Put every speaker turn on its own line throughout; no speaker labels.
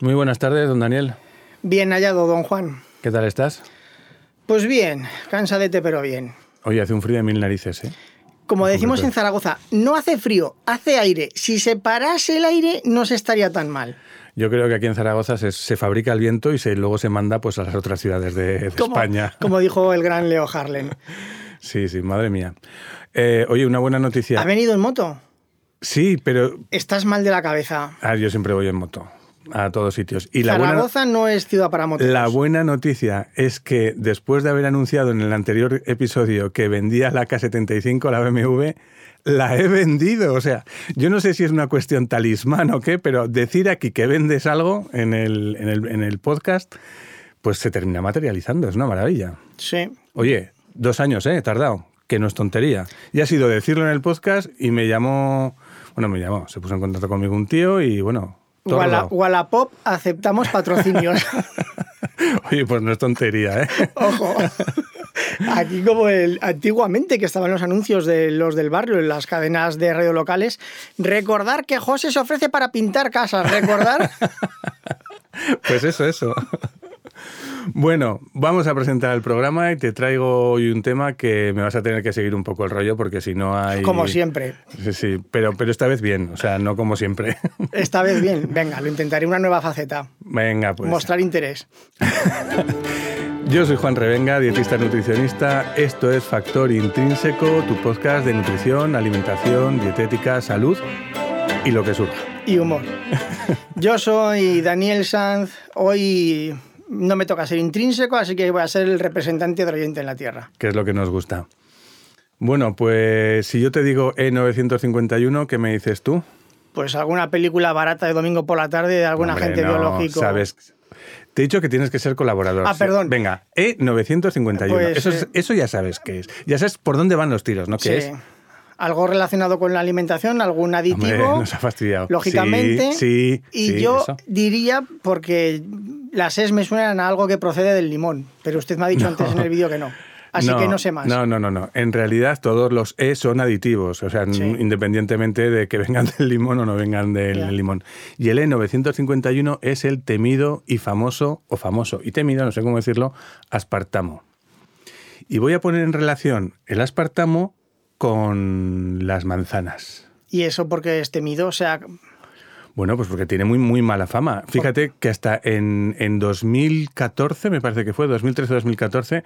Muy buenas tardes, don Daniel.
Bien hallado, don Juan.
¿Qué tal estás?
Pues bien, cansadete, pero bien.
Hoy hace un frío de mil narices, ¿eh?
Como decimos
Hombre,
en Zaragoza, no hace frío, hace aire. Si se parase el aire, no se estaría tan mal.
Yo creo que aquí en Zaragoza se, se fabrica el viento y se, luego se manda pues, a las otras ciudades de, de
Como-
España.
Como dijo el gran Leo Harlem.
Sí, sí, madre mía. Eh, oye, una buena noticia.
¿Ha venido en moto?
Sí, pero
Estás mal de la cabeza.
ah, yo siempre voy en moto a todos sitios. Y la buena,
Zaragoza no es ciudad para motos.
la buena noticia es que después de haber anunciado en el anterior episodio que vendía la K75, la BMW, la he vendido. O sea, yo no sé si es una cuestión talismán o qué, pero decir aquí que vendes algo en el, en el, en el podcast, pues se termina materializando. Es una maravilla.
Sí.
Oye, dos años, ¿eh? He tardado. Que no es tontería. Y ha sido decirlo en el podcast y me llamó. Bueno, me llamó. Se puso en contacto conmigo un tío y bueno. todo
Walla-
dado.
Wallapop aceptamos patrocinios.
Oye, pues no es tontería, ¿eh?
Ojo. Aquí como el, antiguamente que estaban los anuncios de los del barrio en las cadenas de radio locales, recordar que José se ofrece para pintar casas, recordar.
Pues eso, eso. Bueno, vamos a presentar el programa y te traigo hoy un tema que me vas a tener que seguir un poco el rollo porque si no hay.
Como siempre.
Sí, sí, pero, pero esta vez bien, o sea, no como siempre.
Esta vez bien, venga, lo intentaré una nueva faceta,
Venga, pues.
mostrar interés.
Yo soy Juan Revenga, dietista nutricionista. Esto es Factor Intrínseco, tu podcast de nutrición, alimentación, dietética, salud y lo que surja.
y humor. Yo soy Daniel Sanz, hoy no me toca ser intrínseco, así que voy a ser el representante del oyente en la Tierra.
que es lo que nos gusta. Bueno, pues si yo te digo E951, ¿qué me dices tú?
Pues alguna película barata de domingo por la tarde de algún
Hombre,
agente
no,
biológico.
Sabes. Te he dicho que tienes que ser colaborador.
Ah,
Sí.
perdón.
Venga, E951.
Pues,
eso, es-
eh,
eso ya sabes qué es. Ya sabes por dónde van los tiros, ¿no? ¿Qué
Sí.
es?
Algo relacionado con la alimentación, algún
Hombre,
aditivo.
nos ha fastidiado.
Lógicamente.
Sí, sí,
y
sí,
yo
eso.
diría, porque las es me suenan a algo que procede del limón, pero usted me ha dicho antes en el vídeo que no. Así que no sé más.
No, no, no, no. En realidad todos los E son aditivos, o sea,
Sí.
n- independientemente de que vengan del limón o no vengan del
Ya.
limón. Y el E E951 es el temido y famoso, o famoso y temido, no sé cómo decirlo, aspartamo. Y voy a poner en relación el aspartamo con las manzanas.
Y eso porque es temido, o sea,
Bueno, pues porque tiene muy, muy mala fama. Fíjate que hasta en, en 2014, me parece que fue, 2013-2014,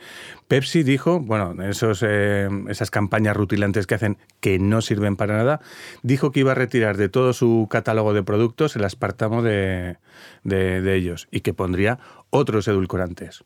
Pepsi dijo, bueno, esos, eh, esas campañas rutilantes que hacen que no sirven para nada, dijo que iba a retirar de todo su catálogo de productos el aspartamo de, de- de ellos y que pondría otros edulcorantes.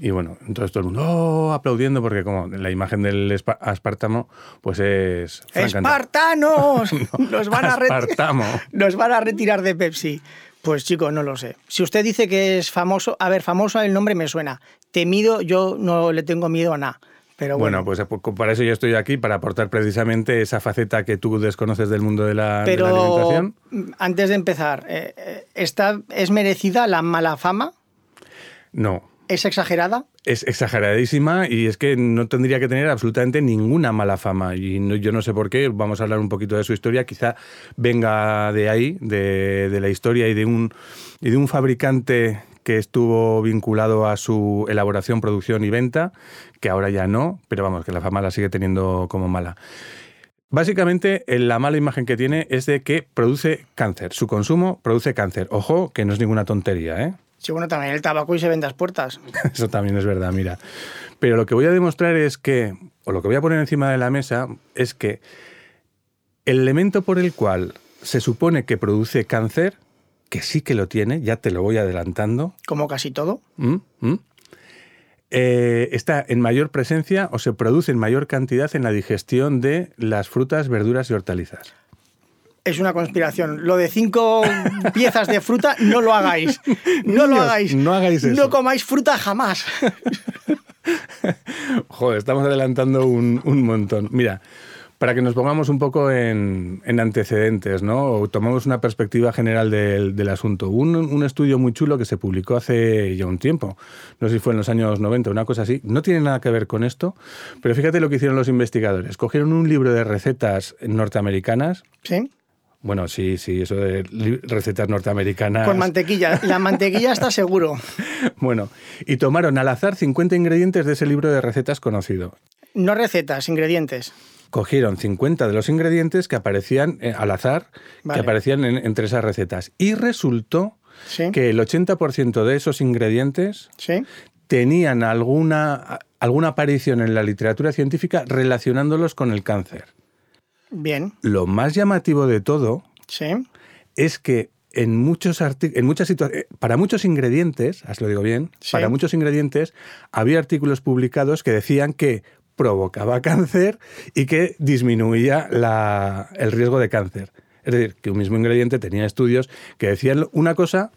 Y bueno, entonces todo el mundo "Oh", aplaudiendo porque como la imagen del espa- aspartamo pues es... francamente-
¡Espartanos! nos, van a reti-
aspartamo.
nos van a retirar de Pepsi. Pues chico, no lo sé. Si usted dice que es famoso, a ver, famoso el nombre me suena. Temido, yo no le tengo miedo a nada. Pero Ah, bueno,
Bueno, pues para eso yo estoy aquí, para aportar precisamente esa faceta que tú desconoces del mundo de la, de la
pero
alimentación.
mm, antes de empezar, eh, eh, ¿está, ¿es merecida la mala fama?
No,
¿Es exagerada?
es exageradísima y es que no tendría que tener absolutamente ninguna mala fama. Y no- yo no sé por qué, vamos a hablar un poquito de su historia, quizá venga de ahí, de, de la historia y de, un, y de un fabricante que estuvo vinculado a su elaboración, producción y venta, que ahora ya no, pero vamos, que la fama la sigue teniendo como mala. Básicamente, eh, la mala imagen que tiene es de que produce cáncer. Su consumo produce cáncer. Ojo, que no es ninguna tontería, ¿eh?
Sí, bueno, también el tabaco y se vendas puertas.
Eso también es verdad, mira. Pero lo que voy a demostrar es que, o lo que voy a poner encima de la mesa, es que el elemento por el cual se supone que produce cáncer, que sí que lo tiene, ya te lo voy adelantando,
Como casi todo.
¿m? ¿m? Eh, está en mayor presencia o se produce en mayor cantidad en la digestión de las frutas, verduras y hortalizas.
Es una conspiración. Lo de cinco piezas de fruta, no lo hagáis. No lo
Niños,
hagáis.
no hagáis eso.
No comáis fruta jamás.
Joder, estamos adelantando un, un montón. Mira, para que nos pongamos un poco en, en antecedentes, ¿no? O tomamos una perspectiva general del, del asunto. Un, un estudio muy chulo que se publicó hace ya un tiempo, no sé si fue en los años 90, una cosa así. No tiene nada que ver con esto, pero fíjate lo que hicieron los investigadores. Cogieron un libro de recetas norteamericanas
¿Sí?
Bueno, sí, sí, eso de li- recetas norteamericanas.
Con mantequilla. La mantequilla está seguro.
Bueno, y tomaron al azar 50 ingredientes de ese libro de recetas conocido.
No recetas, ingredientes.
Cogieron 50 de los ingredientes que aparecían eh, al azar,
Vale.
que aparecían en- entre esas recetas. Y resultó
Sí.
que el 80% de esos ingredientes
Sí.
tenían alguna, alguna aparición en la literatura científica relacionándolos con el cáncer.
Bien.
Lo más llamativo de todo
Sí.
es que en, muchos arti- en muchas situaciones, para muchos ingredientes, así lo digo bien,
Sí.
para muchos ingredientes había artículos publicados que decían que provocaba cáncer y que disminuía la- el riesgo de cáncer. Es decir, que un mismo ingrediente tenía estudios que decían una cosa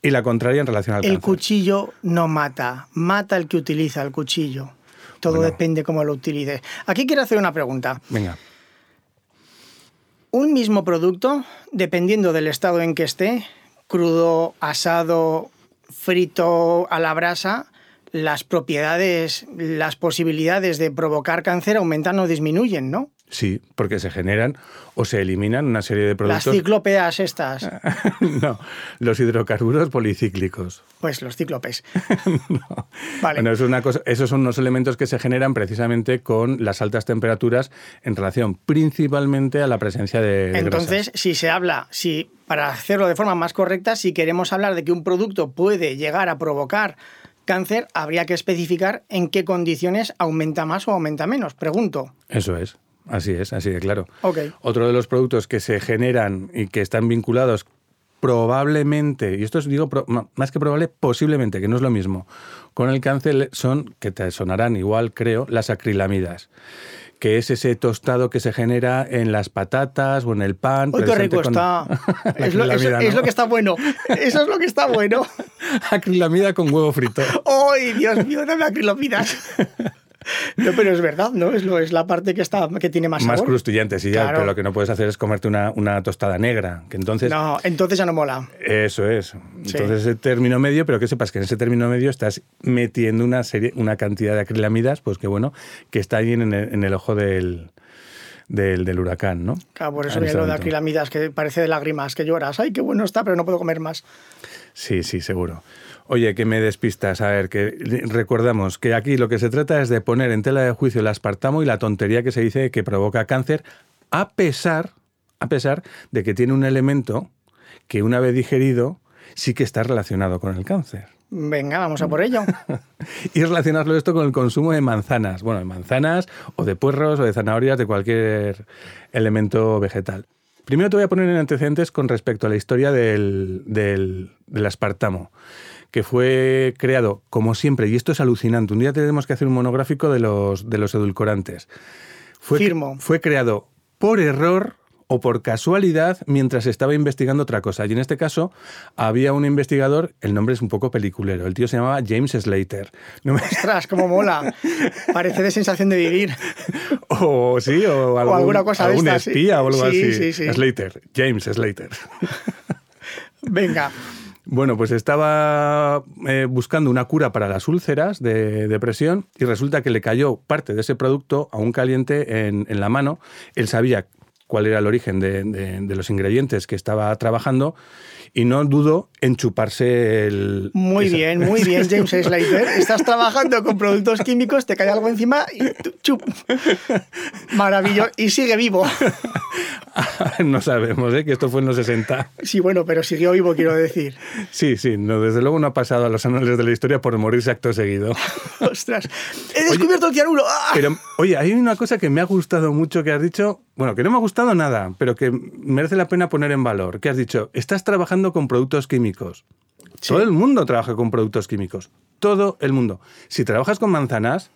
y la contraria en relación al
El
cáncer.
cuchillo no mata, mata el que utiliza el cuchillo. Todo
Bueno.
depende cómo lo utilices. Aquí quiero hacer una pregunta.
Venga.
Un mismo producto, dependiendo del estado en que esté, crudo, asado, frito a la brasa, las propiedades, las posibilidades de provocar cáncer aumentan o disminuyen, ¿no?
Sí, porque se generan o se eliminan una serie de
Las
productos.
ciclópeas estas,
no, los hidrocarburos policíclicos.
pues los cíclopes.
No.
Vale.
Bueno, eso es una cosa- esos son unos elementos que se generan precisamente con las altas temperaturas en relación principalmente a la presencia de, de
Entonces,
grasas.
si se habla, si para hacerlo de forma más correcta, si queremos hablar de que un producto puede llegar a provocar cáncer, habría que especificar en qué condiciones aumenta más o aumenta menos. Pregunto.
Eso es, así es, así de claro.
Ok.
Otro de los productos que se generan y que están vinculados probablemente, y esto es, digo, pro- no, más que probable, posiblemente, que no es lo mismo, con el cáncer son, que te sonarán igual, creo, las acrilamidas, que es ese tostado que se genera en las patatas o en el pan.
Uy, qué
presente
rico
con-
está.
La
Es lo, eso-
acrilamida,
es
¿no?
lo que está bueno. Eso es lo que está bueno.
Acrilamida con huevo frito.
¡Ay, Dios mío, dame acrilopidas! No, pero es verdad, ¿no? Es, lo, es la parte que, está, que tiene más,
Más
sabor.
crustillante, sí, ya,
Claro.
pero lo que no puedes hacer es comerte una, una tostada negra, que entonces...
No, entonces ya no mola.
Eso es. Entonces, ese término medio, pero que sepas que en ese término medio estás metiendo una serie, una cantidad de acrilamidas, pues que bueno, que está ahí en el, en el ojo del, del, del huracán, ¿no?
Claro, por eso
En
viene
ese
lo de
momento.
acrilamidas, que parece de lágrimas, que lloras. ¡Ay, qué bueno está, pero no puedo comer más!
Sí, sí, seguro. Oye, que me despistas. A ver, que recordamos que aquí lo que se trata es de poner en tela de juicio el aspartamo y la tontería que se dice que provoca cáncer, a pesar, a pesar de que tiene un elemento que una vez digerido sí que está relacionado con el cáncer.
Venga, vamos a por ello.
Y relacionarlo esto con el consumo de manzanas. Bueno, de manzanas o de puerros o de zanahorias, de cualquier elemento vegetal. Primero te voy a poner en antecedentes con respecto a la historia del, del- del aspartamo, que fue creado, como siempre, y esto es alucinante. Un día tenemos que hacer un monográfico de los, de los edulcorantes. Fue,
Firmo.
Fue creado por error o por casualidad mientras estaba investigando otra cosa. Y en este caso había un investigador, el nombre es un poco peliculero, el tío se llamaba James Slater. No me-
¡Ostras, cómo mola! Parece de sensación de vivir.
O sí, o, algún-
alguna cosa de
algún
estas, sí.
espía o algo
Sí,
así.
sí, sí.
Slater, James Slater.
Venga,
Bueno, pues estaba eh, buscando una cura para las úlceras de depresión y resulta que le cayó parte de ese producto a un caliente en, en la mano. Él sabía cuál era el origen de, de- de los ingredientes que estaba trabajando y no dudó en chuparse el...
muy
esa-
bien, muy bien, James Slater. Estás trabajando con productos químicos, te cae algo encima y tú, chup. Maravilloso. Y sigue vivo.
no sabemos, ¿eh? que esto fue en los 60.
Sí, bueno, pero siguió vivo, quiero decir.
Sí, sí, no, desde luego no ha pasado a los anales de la historia por morirse acto seguido.
¡Ostras! ¡He descubierto el cianuro! ¡Ah!
Pero, oye, hay una cosa que me ha gustado mucho que has dicho, bueno, que no me ha gustado nada, pero que merece la pena poner en valor, que has dicho, estás trabajando con productos químicos.
Sí.
Todo el mundo trabaja con productos químicos, todo el mundo. Si trabajas con manzanas,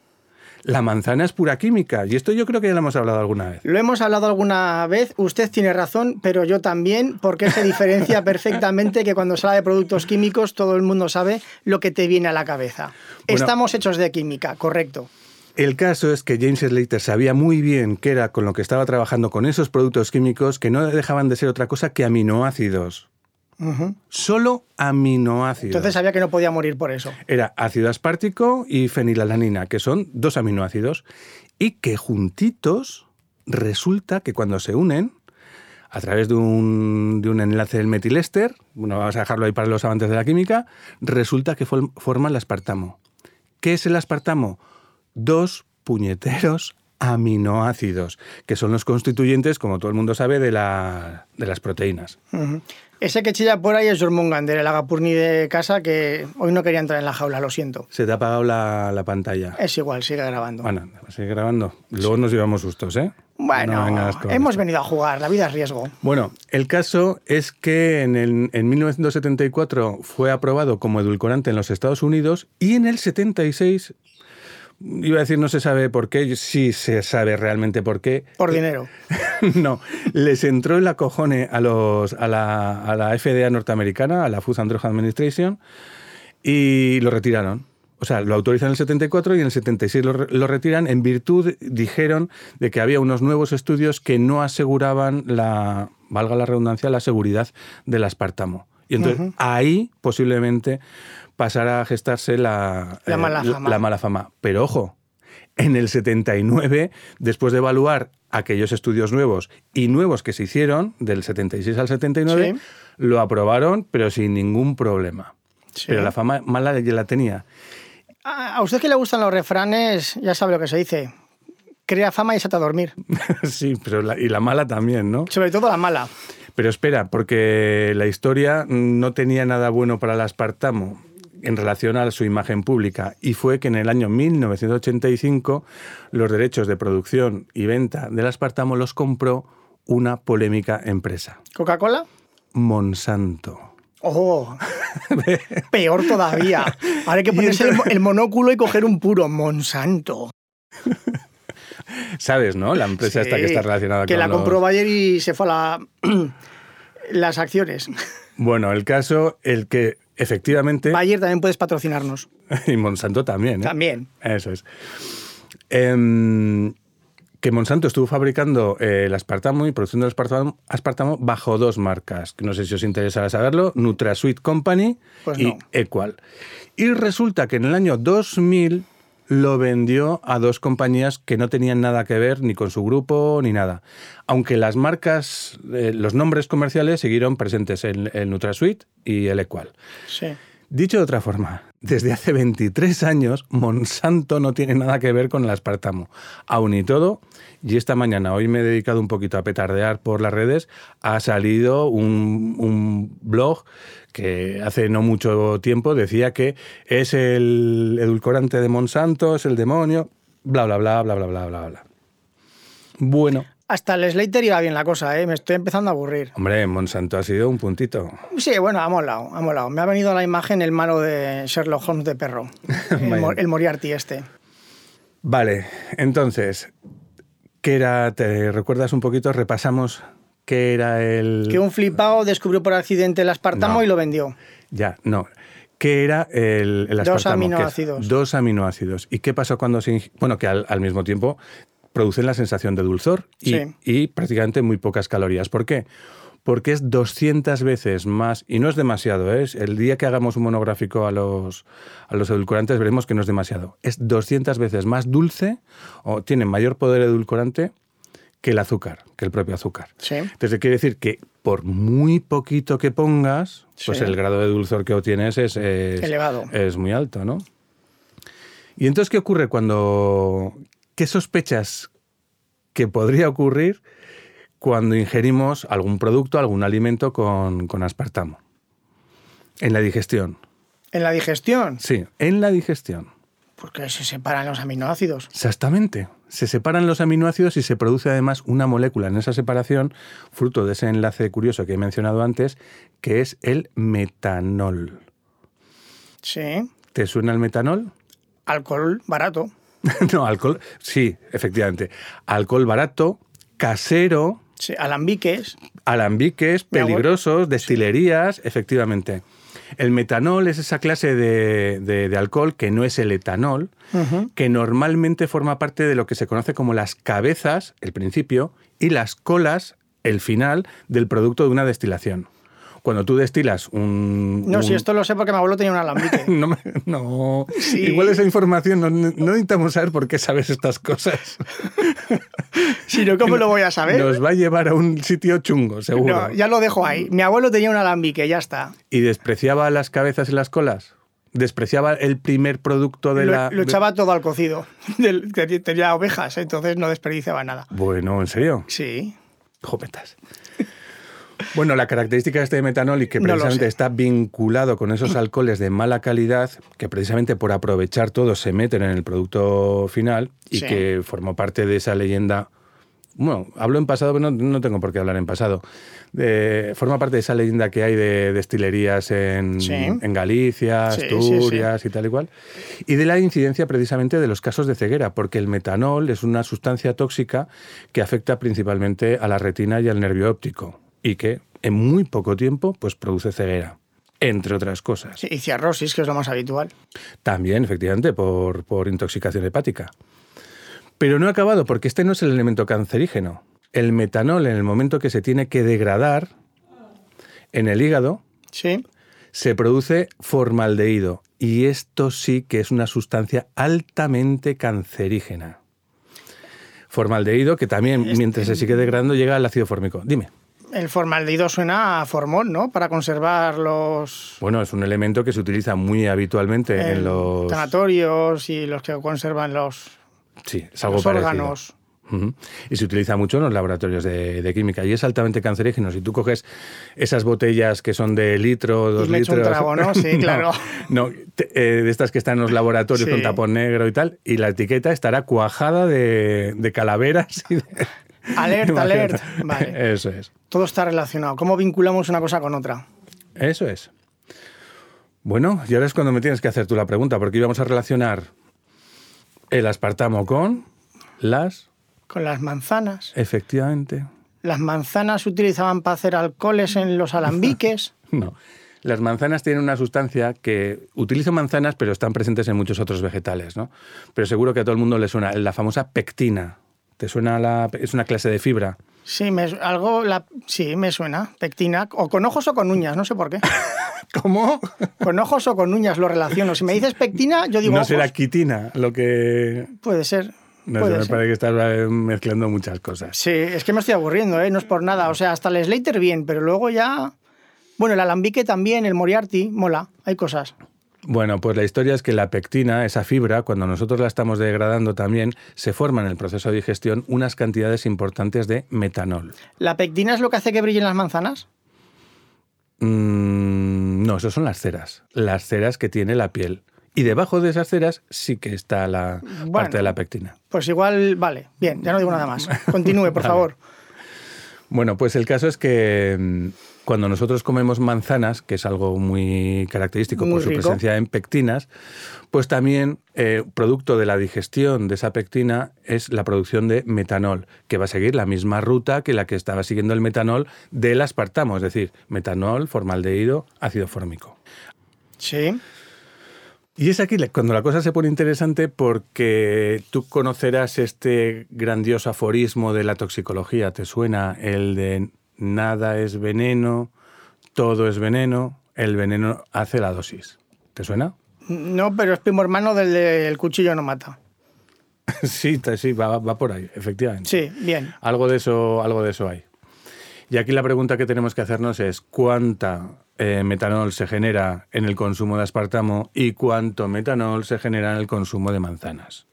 la manzana es pura química, y esto yo creo que ya lo hemos hablado alguna vez.
Lo hemos hablado alguna vez, usted tiene razón, pero yo también, porque se diferencia perfectamente que cuando se habla de productos químicos todo el mundo sabe lo que te viene a la cabeza.
Bueno.
Estamos hechos de química, correcto.
El caso es que James Slater sabía muy bien qué era con lo que estaba trabajando con esos productos químicos que no dejaban de ser otra cosa que aminoácidos.
Ujú.
Solo aminoácidos.
Entonces sabía que no podía morir por eso.
era ácido aspartico y fenilalanina, que son dos aminoácidos, y que juntitos resulta que cuando se unen a través de un, de un enlace del metilester, bueno, vamos a dejarlo ahí para los amantes de la química, resulta que form- forma el aspartamo. ¿Qué es el aspartamo? Dos puñeteros aminoácidos, que son los constituyentes, como todo el mundo sabe, de, la- de las proteínas.
Ujú. Ese que chilla por ahí es Jormungander, el agapurni de casa, que hoy no quería entrar en la jaula, lo siento.
Se te ha apagado la, la pantalla.
Es igual, sigue grabando.
Bueno, sigue grabando. Luego nos llevamos sustos, ¿eh? No
Bueno,
vengas con-
hemos venido a jugar, la vida es riesgo.
Bueno, el caso es que en, el- en 1974 fue aprobado como edulcorante en los Estados Unidos y en el 76, iba a decir no se sabe por qué, sí se sabe realmente por qué,
Por dinero.
no, les entró el acojone a, los, a, la, a la FDA norteamericana, a la Food and Drug Administration, y lo retiraron. O sea, lo autorizan en el 74 y en el 76 lo, re- lo retiran en virtud, dijeron, de que había unos nuevos estudios que no aseguraban la, valga la redundancia, la seguridad del aspartamo. Y entonces ahí posiblemente pasará a gestarse la, eh,
La mala fama.
la mala fama. Pero ojo, en el 79, después de evaluar aquellos estudios nuevos y nuevos que se hicieron, del 76 al 79,
Sí.
lo aprobaron, pero sin ningún problema.
Sí.
Pero la fama mala ya la tenía.
A a usted que le gustan los refranes, ya sabe lo que se dice. Crea fama y sata a dormir.
sí, pero la- y la mala también, ¿no?
Sobre todo la mala.
Pero espera, porque la historia no tenía nada bueno para el aspartamo en relación a su imagen pública y fue que en el año 1985 los derechos de producción y venta del aspartamo los compró una polémica empresa,
¿Coca-Cola?
Monsanto.
¡Oh! Peor todavía. Ahora hay que
Y
ponerse el, mo- el monóculo y coger un puro Monsanto.
¿Sabes, no? La empresa esta que
Sí,
Pues está relacionada
Que
con
la
los-
compró Bayer y se fue a la- las acciones.
Bueno, el caso, el que efectivamente...
Bayer también puedes patrocinarnos.
Y Monsanto también, ¿eh?
También.
Eso es. Em, que Monsanto estuvo fabricando eh, el aspartamo y produciendo el aspartamo, aspartamo bajo dos marcas, que no sé si os interesará saberlo, NutraSweet Company
Pues
y
no.
Equal. Y resulta que en el año 2000 lo vendió a dos compañías que no tenían nada que ver ni con su grupo ni nada. Aunque las marcas, eh, los nombres comerciales siguieron presentes en el NutraSweet y el Equal.
Sí.
Dicho de otra forma, desde hace 23 años Monsanto no tiene nada que ver con el aspartamo. Aún y todo, y esta mañana, hoy me he dedicado un poquito a petardear por las redes, ha salido un, un blog que hace no mucho tiempo decía que es el edulcorante de Monsanto, es el demonio, bla, bla, bla, bla, bla, bla, bla, bla. Bueno,
Hasta el Slater iba bien la cosa, ¿eh? me estoy empezando a aburrir.
hombre, Monsanto ha sido un puntito.
Sí, bueno, ha molado, ha molado. Me ha venido a la imagen el malo de Sherlock Holmes de perro, el, Mo-
Vaya.
el Moriarty este.
Vale, entonces, ¿qué era? ¿Te recuerdas un poquito? Repasamos qué era el.
Que un flipado descubrió por accidente el aspartamo
No.
y lo vendió.
Ya, no. ¿Qué era el, el
Dos
aspartamo? ¿Qué es?
aminoácidos.
Dos aminoácidos. ¿Y qué pasó cuando se. ing- Bueno, que al, al mismo tiempo producen la sensación de dulzor y,
Sí.
y prácticamente muy pocas calorías. ¿Por qué? Porque es 200 veces más, y no es demasiado, ¿eh? Es el día que hagamos un monográfico a los, a los edulcorantes veremos que no es demasiado. Es 200 veces más dulce o tiene mayor poder edulcorante que el azúcar, que el propio azúcar.
Sí.
Entonces quiere decir que por muy poquito que pongas, pues
Sí.
el grado de dulzor que obtienes es, es-
Elevado.
Es muy alto, ¿no? Y entonces, ¿qué ocurre cuando... ¿Qué sospechas que podría ocurrir cuando ingerimos algún producto, algún alimento con, con aspartamo? En la digestión,
En la digestión,
sí, en la digestión.
porque se separan los aminoácidos.
Exactamente. Se separan los aminoácidos y se produce además una molécula en esa separación, fruto de ese enlace curioso que he mencionado antes, que es el metanol.
Sí.
¿Te suena el metanol?
Alcohol barato.
no, alcohol. Sí, efectivamente. Alcohol barato, casero,
Sí. Alambiques.
alambiques
Mi abuelo-
peligrosos, destilerías, efectivamente. El metanol es esa clase de, de- de alcohol que no es el etanol, que normalmente forma parte de lo que se conoce como las cabezas, el principio, y las colas, el final, del producto de una destilación. Cuando tú destilas un...
No,
un-
si esto lo sé porque mi abuelo tenía un alambique.
No, me- no.
Sí.
igual esa información no, no necesitamos saber por qué sabes estas cosas.
si no, ¿cómo lo voy a saber?
Nos va a llevar a un sitio chungo, seguro.
No, ya lo dejo ahí. Mi abuelo tenía un alambique, ya está.
¿Y despreciaba las cabezas y las colas? despreciaba el primer producto de
lo,
la.
Lo echaba todo al cocido. Del- que Tenía ovejas, entonces no desperdiciaba nada.
Bueno, ¿en serio?
Sí.
Jopetas. Bueno, la característica de este metanol y que
No lo
precisamente
sé.
está vinculado con esos alcoholes de mala calidad, que precisamente por aprovechar todo se meten en el producto final y
Sí.
que formó parte de esa leyenda. Bueno, hablo en pasado, pero no, no tengo por qué hablar en pasado. De- forma parte de esa leyenda que hay de destilerías en,
Sí.
en Galicia,
Sí, sí, sí.
Asturias y tal y cual. Y de la incidencia precisamente de los casos de ceguera, porque el metanol es una sustancia tóxica que afecta principalmente a la retina y al nervio óptico y que en muy poco tiempo pues produce ceguera, entre otras cosas.
Sí, Y cirrosis, que es lo más habitual.
También, efectivamente, por, por intoxicación hepática. Pero no ha acabado, porque este no es el elemento cancerígeno. El metanol, en el momento que se tiene que degradar en el hígado,
Sí.
se produce formaldehído. Y esto sí que es una sustancia altamente cancerígena. Formaldehído, que también, mientras se sigue degradando, llega al ácido fórmico. Dime.
El formaldehído suena a formol, ¿no? Para conservar los
Bueno, es un elemento que se utiliza muy habitualmente
eh,
en los...
tanatorios y los que conservan los,
Sí, es algo
los
parecido.
órganos.
Ujú. Y se utiliza mucho en los laboratorios de, de química y es altamente cancerígeno. Si tú coges esas botellas que son de litro, dos
le echo
litros.
un trago, ¿no? Sí, claro.
No, te- eh, de estas que están en los laboratorios
Sí.
con tapón negro y tal, y la etiqueta estará cuajada de, de calaveras. Y de-
Alert, alert.
Imagínate.
Vale.
Eso es.
Todo está relacionado. ¿Cómo vinculamos una cosa con otra?
Eso es. Bueno, y ahora es cuando me tienes que hacer tú la pregunta, porque íbamos a relacionar el aspartamo con las.
Con las manzanas.
Efectivamente.
Las manzanas se utilizaban para hacer alcoholes en los alambiques.
No. Las manzanas tienen una sustancia que utilizo manzanas, pero están presentes en muchos otros vegetales, ¿no? Pero seguro que a todo el mundo le suena la famosa pectina. ¿Te suena la es una clase de fibra?
Sí, me, algo la, sí, me suena. Pectina. O con ojos o con uñas, no sé por qué.
¿Cómo?
Con ojos o con uñas lo relaciono. Si me dices pectina, yo digo
no
ojos.
será quitina lo que
Puede ser.
no sé,
puede
me
ser.
parece que estás eh, mezclando muchas cosas.
Sí, es que me estoy aburriendo, ¿eh? no es por nada. O sea, hasta el Slater bien, pero luego ya... Bueno, el alambique también, el Moriarty, mola, hay cosas.
Bueno, pues la historia es que la pectina, esa fibra, cuando nosotros la estamos degradando también, se forman en el proceso de digestión unas cantidades importantes de metanol.
¿La pectina es lo que hace que brillen las manzanas?
Mm, no, esos son las ceras. Las ceras que tiene la piel. Y debajo de esas ceras sí que está la
Bueno.
parte de la pectina.
Pues igual, vale, bien, ya no digo nada más. Continúe, por favor.
Bueno, pues el caso es que mm, cuando nosotros comemos manzanas, que es algo muy característico
Muy
por su
rico.
presencia en pectinas, pues también eh, producto de la digestión de esa pectina es la producción de metanol, que va a seguir la misma ruta que la que estaba siguiendo el metanol del aspartamo, es decir, metanol, formaldehído, ácido fórmico.
Sí,
Y es aquí la- cuando la cosa se pone interesante porque tú conocerás este grandioso aforismo de la toxicología. ¿Te suena el de nada es veneno, todo es veneno, el veneno hace la dosis? ¿Te suena?
no, pero es primo hermano del de El cuchillo no mata.
sí, te- sí, va, va por ahí, efectivamente.
Sí, bien.
Algo de eso, algo de eso hay. Y aquí la pregunta que tenemos que hacernos es cuánta eh, metanol se genera en el consumo de aspartamo y cuánto metanol se genera en el consumo de manzanas.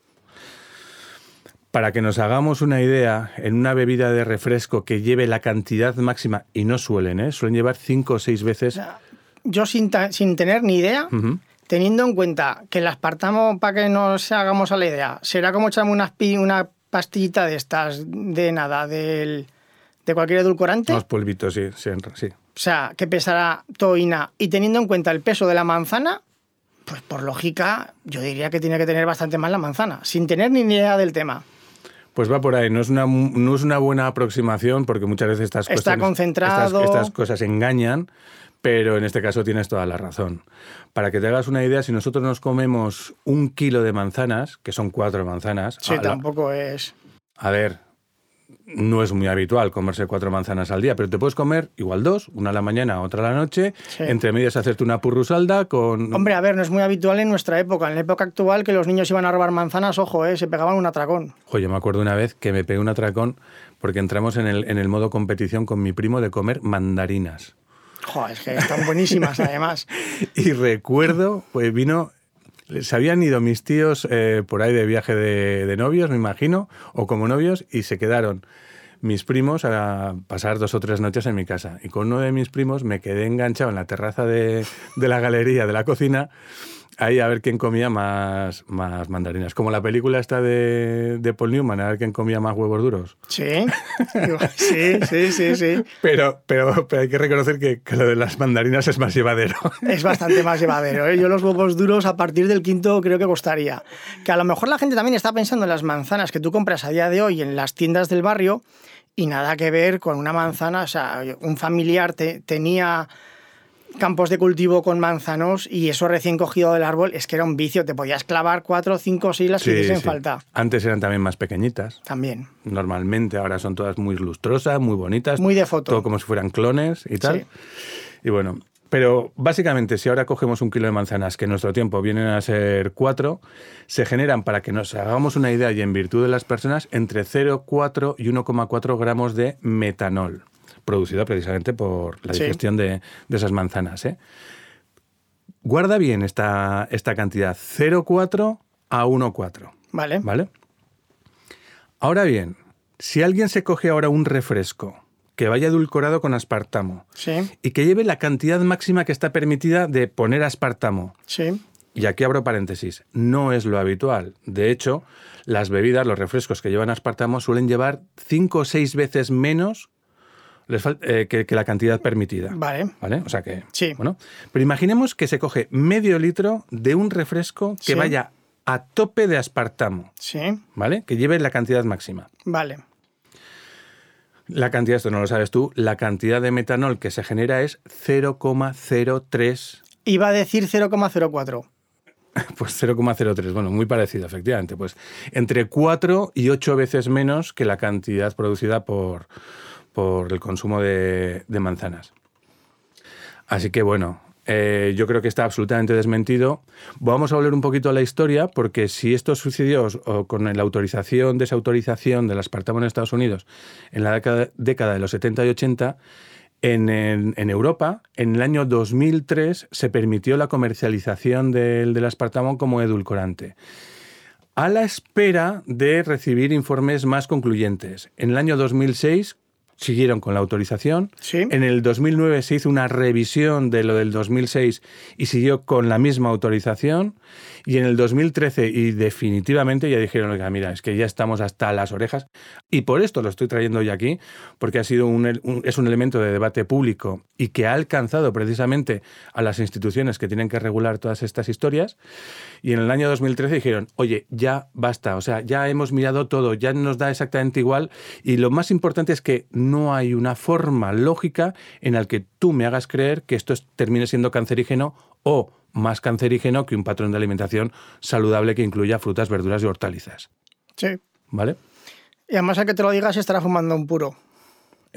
Para que nos hagamos una idea, en una bebida de refresco que lleve la cantidad máxima, y no suelen, ¿eh? suelen llevar cinco o seis veces.
Yo sin, ta- sin tener ni idea,
Ujú.
teniendo en cuenta que el aspartamo, para que nos hagamos a la idea, será como echarme una, una pastillita de estas, de nada, del, de cualquier edulcorante.
Unos polvitos, sí, sí, en- sí.
o sea, que pesará toína, y teniendo en cuenta el peso de la manzana, pues por lógica, yo diría que tiene que tener bastante más la manzana, sin tener ni idea del tema.
Pues va por ahí, no es una, no es una buena aproximación porque muchas veces estas,
Está
cuestiones-
concentrado.
estas, estas cosas engañan, pero en este caso tienes toda la razón. Para que te hagas una idea, si nosotros nos comemos un kilo de manzanas, que son cuatro manzanas,
Sí,
a, la-
tampoco es.
a ver, no es muy habitual comerse cuatro manzanas al día, pero te puedes comer igual dos, una a la mañana, otra a la noche,
Sí.
entre medias hacerte una purrusalda con...
Hombre, a ver, no es muy habitual en nuestra época. En la época actual que los niños iban a robar manzanas, ojo, eh, se pegaban un atracón.
Jo, yo me acuerdo una vez que me pegué un atracón porque entramos en el, en el modo competición con mi primo de comer mandarinas.
Joder, es que están buenísimas además.
Y recuerdo, pues vino, se habían ido mis tíos eh, por ahí de viaje de, de novios, me imagino, o como novios, y se quedaron mis primos a pasar dos o tres noches en mi casa. Y con uno de mis primos me quedé enganchado en la terraza de, de la galería, de la cocina, ahí a ver quién comía más, más mandarinas. Como la película esta de, de Paul Newman, a ver quién comía más huevos duros.
Sí, sí, sí, sí, sí.
Pero, pero, pero hay que reconocer que, que lo de las mandarinas es más llevadero.
Es bastante más llevadero. ¿eh? Yo los huevos duros a partir del quinto creo que costaría. Que a lo mejor la gente también está pensando en las manzanas que tú compras a día de hoy en las tiendas del barrio y nada que ver con una manzana. O sea, un familiar te- tenía campos de cultivo con manzanos y eso recién cogido del árbol es que era un vicio. Te podías clavar cuatro, cinco, seis las que hiciesen falta.
Antes eran también más pequeñitas.
También.
normalmente. Ahora son todas muy lustrosas, muy bonitas.
Muy de foto.
Todo como si fueran clones y tal.
Sí.
Y bueno, pero básicamente si ahora cogemos un kilo de manzanas, que en nuestro tiempo vienen a ser cuatro, se generan, para que nos hagamos una idea y en virtud de las personas, entre 0,4 y 1,4 gramos de metanol, producido precisamente por la
Sí.
digestión de, de esas manzanas. ¿eh? Guarda bien esta, esta cantidad, 0,4 a 1,4.
¿Vale?
¿Vale? Ahora bien, si alguien se coge ahora un refresco que vaya edulcorado con aspartamo
Sí,
y que lleve la cantidad máxima que está permitida de poner aspartamo,
sí.
y aquí abro paréntesis, no es lo habitual. De hecho, las bebidas, los refrescos que llevan aspartamo suelen llevar 5 o 6 veces menos les fal- eh, que, que la cantidad permitida.
Vale.
¿Vale? O sea que.
Sí.
Bueno, pero imaginemos que se coge medio litro de un refresco que
Sí.
vaya a tope de aspartamo.
Sí,
¿vale? Que lleve la cantidad máxima.
vale.
La cantidad, esto no lo sabes tú, la cantidad de metanol que se genera es 0,03.
Iba a decir 0,04.
Pues 0,03, bueno, muy parecido, efectivamente. Pues entre 4 y 8 veces menos que la cantidad producida por, por el consumo de, de manzanas. Así que bueno, eh, yo creo que está absolutamente desmentido. Vamos a volver un poquito a la historia, porque si esto sucedió o con la autorización, desautorización del aspartamo en Estados Unidos en la década, década de los 70 y 80, en, en- en Europa, en el año 2003, se permitió la comercialización del, del aspartamo como edulcorante a la espera de recibir informes más concluyentes. En el año 2006 siguieron con la autorización.
Sí.
En el 2009 se hizo una revisión de lo del 2006 y siguió con la misma autorización. Y en el 2013 y definitivamente ya dijeron, oiga, mira, es que ya estamos hasta las orejas. Y por esto lo estoy trayendo hoy aquí, porque ha sido un, el- un- es un elemento de debate público y que ha alcanzado precisamente a las instituciones que tienen que regular todas estas historias. Y en el año 2013 dijeron, oye, ya basta, o sea, ya hemos mirado todo, ya nos da exactamente igual. Y lo más importante es que no hay una forma lógica en la que tú me hagas creer que esto es- termine siendo cancerígeno o más cancerígeno que un patrón de alimentación saludable que incluya frutas, verduras y hortalizas.
Sí.
¿Vale?
Y además al que te lo digas estará fumando un puro.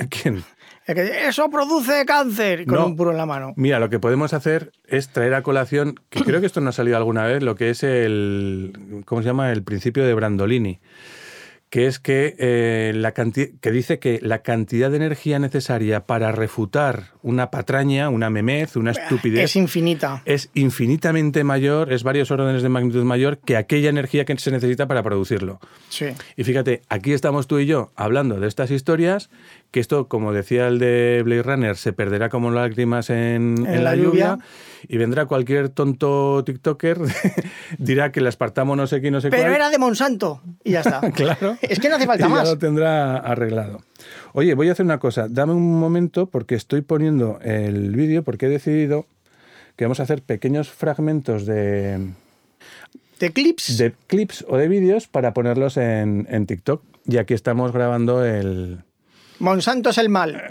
¿Quién?
El que, Eso produce cáncer con
No.
un puro en la mano.
Mira, lo que podemos hacer es traer a colación, que creo que esto nos ha salido alguna vez, lo que es el, ¿cómo se llama? El principio de Brandolini, que es que, eh, la canti- que dice que la cantidad de energía necesaria para refutar una patraña, una memez, una estupidez...
Es infinita.
es infinitamente mayor, es varios órdenes de magnitud mayor que aquella energía que se necesita para producirlo.
Sí.
Y fíjate, aquí estamos tú y yo hablando de estas historias, que esto, como decía el de Blade Runner, se perderá como lágrimas en, en la, lluvia, y vendrá cualquier tonto TikToker, dirá que el aspartamo no sé qué, no sé
Pero
cuál.
era de Monsanto. Y ya está.
Claro.
Es que no hace falta
y
más.
ya lo tendrá arreglado. Oye, voy a hacer una cosa. Dame un momento porque estoy poniendo el vídeo porque he decidido que vamos a hacer pequeños fragmentos de,
De clips.
de clips o de vídeos para ponerlos en, en TikTok. Y aquí estamos grabando el,
Monsanto es el mal.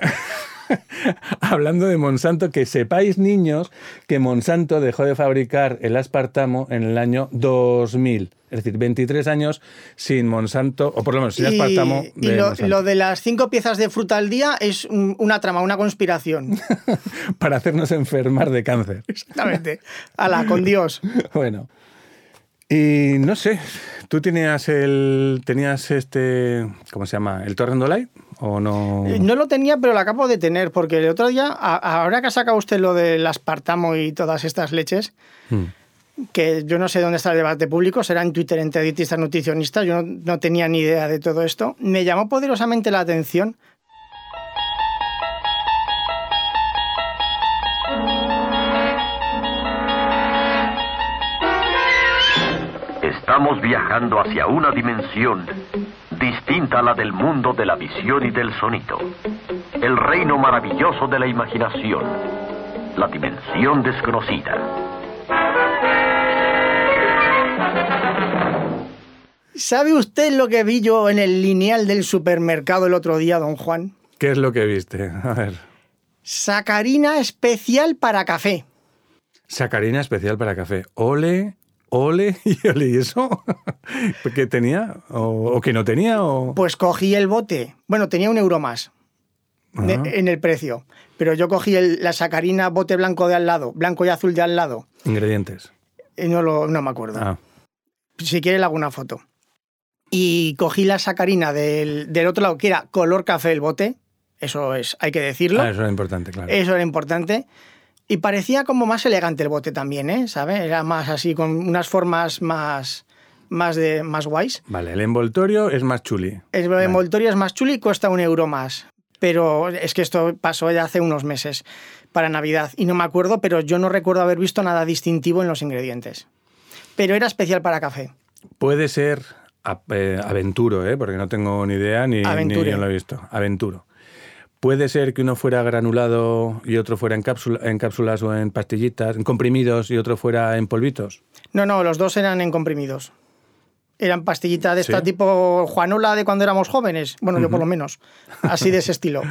hablando de Monsanto, que sepáis, niños, que Monsanto dejó de fabricar el aspartamo en el año 2000. Es decir, 23 años sin Monsanto, o por lo menos sin
Y-
aspartamo.
y
de
lo,
Monsanto.
lo de las cinco piezas de fruta al día es un- una trama, una conspiración.
para hacernos enfermar de cáncer.
Exactamente. Ala, con Dios.
Bueno. Y no sé, ¿tú tenías el. tenías este. ¿Cómo se llama? ¿El Torrendolai? ¿O no?
Eh, No lo tenía, pero lo acabo de tener, porque el otro día, a- ahora que ha sacado usted lo del aspartamo y todas estas leches,
Mm.
que yo no sé dónde está el debate público, será en Twitter entre dietistas nutricionistas, yo no, no tenía ni idea de todo esto, me llamó poderosamente la atención.
Estamos viajando hacia una dimensión distinta a la del mundo de la visión y del sonido. El reino maravilloso de la imaginación. La dimensión desconocida.
¿Sabe usted lo que vi yo en el lineal del supermercado el otro día, don Juan?
¿Qué es lo que viste? A ver.
Sacarina especial para café.
Sacarina especial para café. Ole, ole y ole. ¿Y eso? ¿Que tenía? ¿O, o que no tenía? O...
Pues cogí el bote. Bueno, tenía un euro más de-
Ajá.
en el precio. Pero yo cogí el- la sacarina bote blanco de al lado, blanco y azul de al lado.
Ingredientes.
Eh, No, lo, no me acuerdo.
Ah,
Si quiere, le hago una foto. Y cogí la sacarina del, del otro lado, que era color café el bote. Eso es, hay que decirlo.
Ah, eso era importante, claro.
Eso era importante. Y parecía como más elegante el bote también, ¿eh? ¿Sabes? Era más así, con unas formas más, más, de, más guays.
Vale, el envoltorio es más chuli.
El envoltorio es más chulo y cuesta un euro más. Pero es que esto pasó ya hace unos meses para Navidad. Y no me acuerdo, pero yo no recuerdo haber visto nada distintivo en los ingredientes. Pero era especial para café.
Puede ser a- eh, aventuro, ¿eh? porque no tengo ni idea ni, ni
Aventure.
yo lo he visto. Aventuro. Puede ser que uno fuera granulado y otro fuera en, cápsula- en cápsulas o en pastillitas, en comprimidos y otro fuera en polvitos.
No, no, los dos eran en comprimidos. Eran pastillitas de esta
¿Sí?
tipo Juanola de cuando éramos jóvenes. Bueno, yo por lo menos. Así de ese estilo.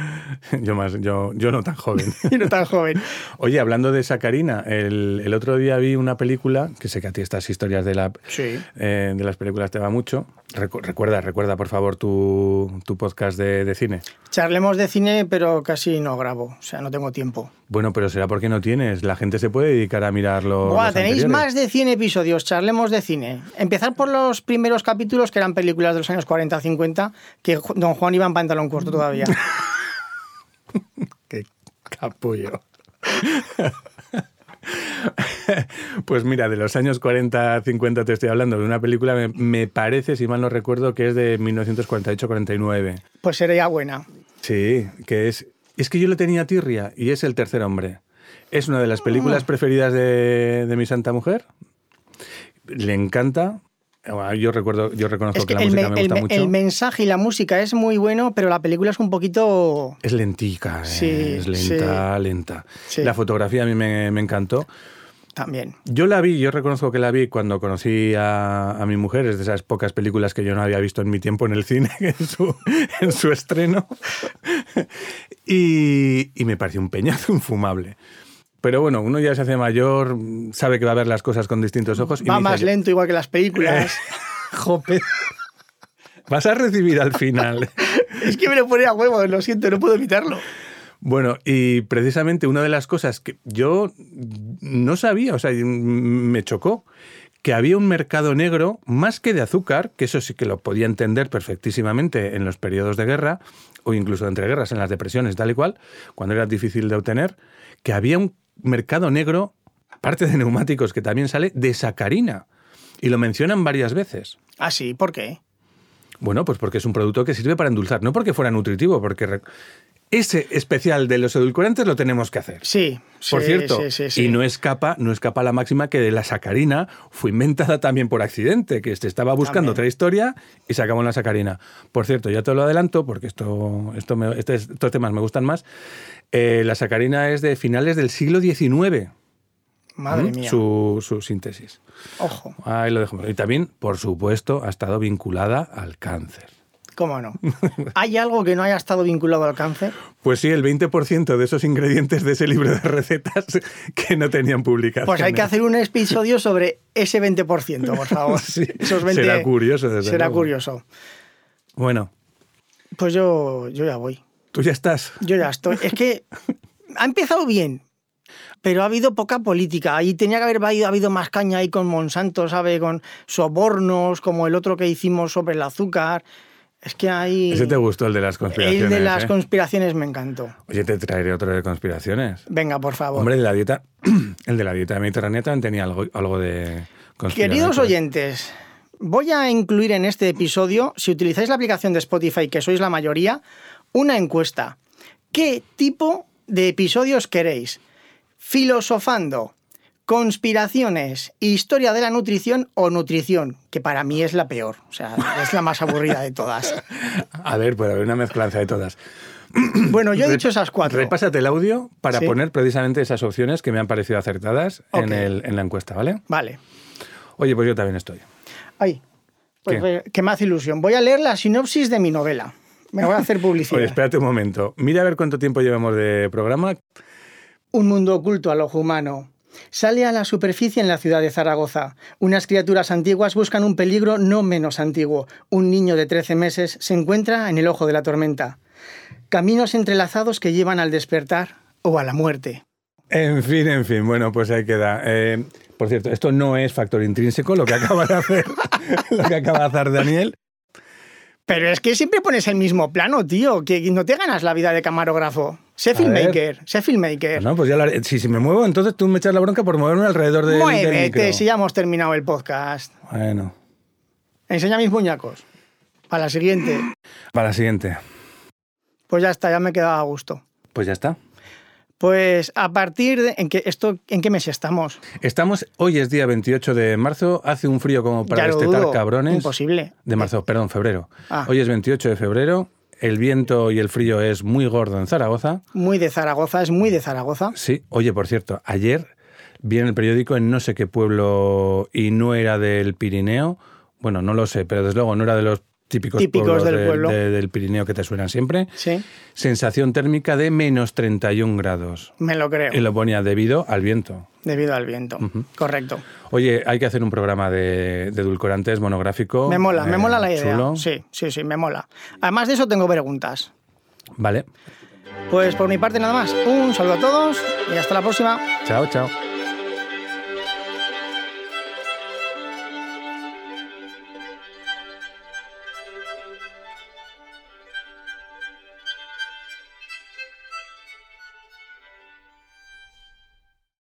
Yo, más, yo, yo no tan joven.
Y no tan joven.
Oye, hablando de sacarina, el, el otro día vi una película, que sé que a ti estas historias de, la,
Sí.
eh, de las películas te va mucho. Recu- recuerda, recuerda por favor tu, tu podcast de, de cine.
Charlemos de cine, pero casi no grabo. O sea, no tengo tiempo.
Bueno, pero será porque no tienes. La gente se puede dedicar a mirarlo.
Buah, tenéis más de 100 episodios. Charlemos de cine. Empezar por los primeros capítulos, que eran películas de los años 40-50, que Ju- don Juan iba en pantalón corto todavía.
Qué capullo. Pues mira, de los años 40-50 te estoy hablando de una película, me, me parece, si mal no recuerdo, que es de 1948-49.
Pues sería buena.
Sí, que es... Es que yo le tenía tirria y es El tercer hombre. Es una de
Ah.
las películas preferidas de, de mi santa mujer. Le encanta. Bueno, Yo recuerdo, yo reconozco
Es que
que la
el,
música
me-
me
el
gusta
me-
mucho.
el mensaje y la música es muy bueno, pero la película es un poquito...
Es lentica, eh,
Sí,
es lenta, lenta.
Sí.
La fotografía a mí me, me encantó.
también.
Yo la vi, yo reconozco que la vi cuando conocí a, a mi mujer, es de esas pocas películas que yo no había visto en mi tiempo en el cine, en su, en su estreno, y, y me pareció un peñazo infumable. Pero bueno, uno ya se hace mayor, sabe que va a ver las cosas con distintos ojos. y
Va
me dice,
más lento igual que las películas.
"Jope, vas a recibir al final.
es que me lo pone a huevo, lo siento, no puedo evitarlo.
Bueno, y precisamente una de las cosas que yo no sabía, o sea, m- me chocó, que había un mercado negro más que de azúcar, que eso sí que lo podía entender perfectísimamente en los periodos de guerra, o incluso entre guerras, en las depresiones, tal y cual, cuando era difícil de obtener, que había un mercado negro, aparte de neumáticos, que también sale, de sacarina. Y lo mencionan varias veces.
Ah, sí, ¿por qué?
Bueno, pues porque es un producto que sirve para endulzar, no porque fuera nutritivo, porque re- ese especial de los edulcorantes lo tenemos que hacer.
Sí,
Por
sí,
cierto,
sí, sí, sí.
y no escapa, no escapa la máxima que de la sacarina fue inventada también por accidente, que se estaba buscando
También.
otra historia y se acabó en la sacarina. Por cierto, ya te lo adelanto porque esto, esto me- este- estos temas me gustan más. eh, la sacarina es de finales del siglo XIX,
Madre
¿m?
mía.
Su, su síntesis.
Ojo,
Ahí lo dejo. Y también, por supuesto, ha estado vinculada al cáncer.
¿Cómo no? ¿Hay algo que no haya estado vinculado al cáncer?
Pues sí, el 20% de esos ingredientes de ese libro de recetas que no tenían publicación.
Pues hay que hacer un episodio sobre ese 20%, por favor.
Sí,
Esos 20
será curioso, desde
Será
luego.
curioso.
Bueno,
Pues yo, yo ya voy.
tú ya estás.
Yo ya estoy. Es que ha empezado bien, pero ha habido poca política. Ahí tenía que haber habido, habido más caña ahí con Monsanto, ¿sabe? Con sobornos, como el otro que hicimos sobre el azúcar. Es que hay...
Ese te gustó, el de las conspiraciones.
el de las
¿eh?
conspiraciones me encantó.
Oye, te traeré otro de conspiraciones.
Venga, por favor.
Hombre, el de la dieta, el de la dieta mediterránea también tenía algo, algo de conspiranoico,
Queridos
¿eh?
oyentes, voy a incluir en este episodio, si utilizáis la aplicación de Spotify, que sois la mayoría, una encuesta. ¿Qué tipo de episodios queréis? ¿Filosofando? ¿Conspiraciones? ¿Historia de la nutrición o nutrición? Que para mí es la peor, o sea, es la más aburrida de todas.
A ver, puede haber una mezclanza de todas.
Bueno, yo he
Re-
dicho esas cuatro.
Repásate el audio para
Sí.
poner precisamente esas opciones que me han parecido acertadas
Ok.
en, el- en la encuesta, ¿vale?
Vale.
Oye, pues yo también estoy.
Ay, pues,
¿Qué?
eh, que me hace ilusión. Voy a leer la sinopsis de mi novela. Me voy a hacer publicidad.
Oye, espérate un momento. Mira a ver cuánto tiempo llevamos de programa.
Un mundo oculto al ojo humano. Sale a la superficie en la ciudad de Zaragoza. Unas criaturas antiguas buscan un peligro no menos antiguo. Un niño de 13 meses se encuentra en el ojo de la tormenta. Caminos entrelazados que llevan al despertar o a la muerte.
En fin, en fin. Bueno, pues ahí queda. Eh, por cierto, esto no es factor intrínseco, lo que acaba de hacer, lo que acaba de hacer Daniel.
Pero es que siempre pones el mismo plano, tío, que no te ganas la vida de camarógrafo. Sé
A ver.
filmmaker, sé filmmaker.
No, pues ya lo haré. Si, si me muevo, entonces tú me echas la bronca por moverme alrededor del, del
Muévete
micro.
si ya hemos terminado el podcast.
Bueno,
Enseña mis muñecos. Para la siguiente.
para la siguiente.
Pues ya está, ya me quedaba a gusto.
Pues ya está.
Pues a partir de... ¿En qué, esto, ¿en qué mes estamos?
Estamos, hoy es día 28 de marzo, hace un frío como para
Ya lo
destetar
dudo.
cabrones.
Imposible.
De marzo, perdón, febrero.
Ah.
Hoy es 28 de febrero, el viento y el frío es muy gordo en Zaragoza.
Muy de Zaragoza, es muy de Zaragoza.
Sí, oye, por cierto, ayer vi en el periódico en no sé qué pueblo y no era del Pirineo, bueno, no lo sé, pero desde luego no era de los típicos,
Típicos
pueblos
del
de-
pueblo.
de- del Pirineo que te suenan siempre,
Sí,
sensación térmica de menos 31 grados.
me lo creo,
Y lo ponía debido al viento.
debido al viento. Correcto.
Oye, hay que hacer un programa de, de edulcorantes monográfico.
Me mola,
eh,
me mola la idea.
chulo.
Sí, sí, sí, me mola. Además de eso tengo preguntas.
Vale.
Pues por mi parte nada más. Un saludo a todos y hasta la próxima.
Chao, chao.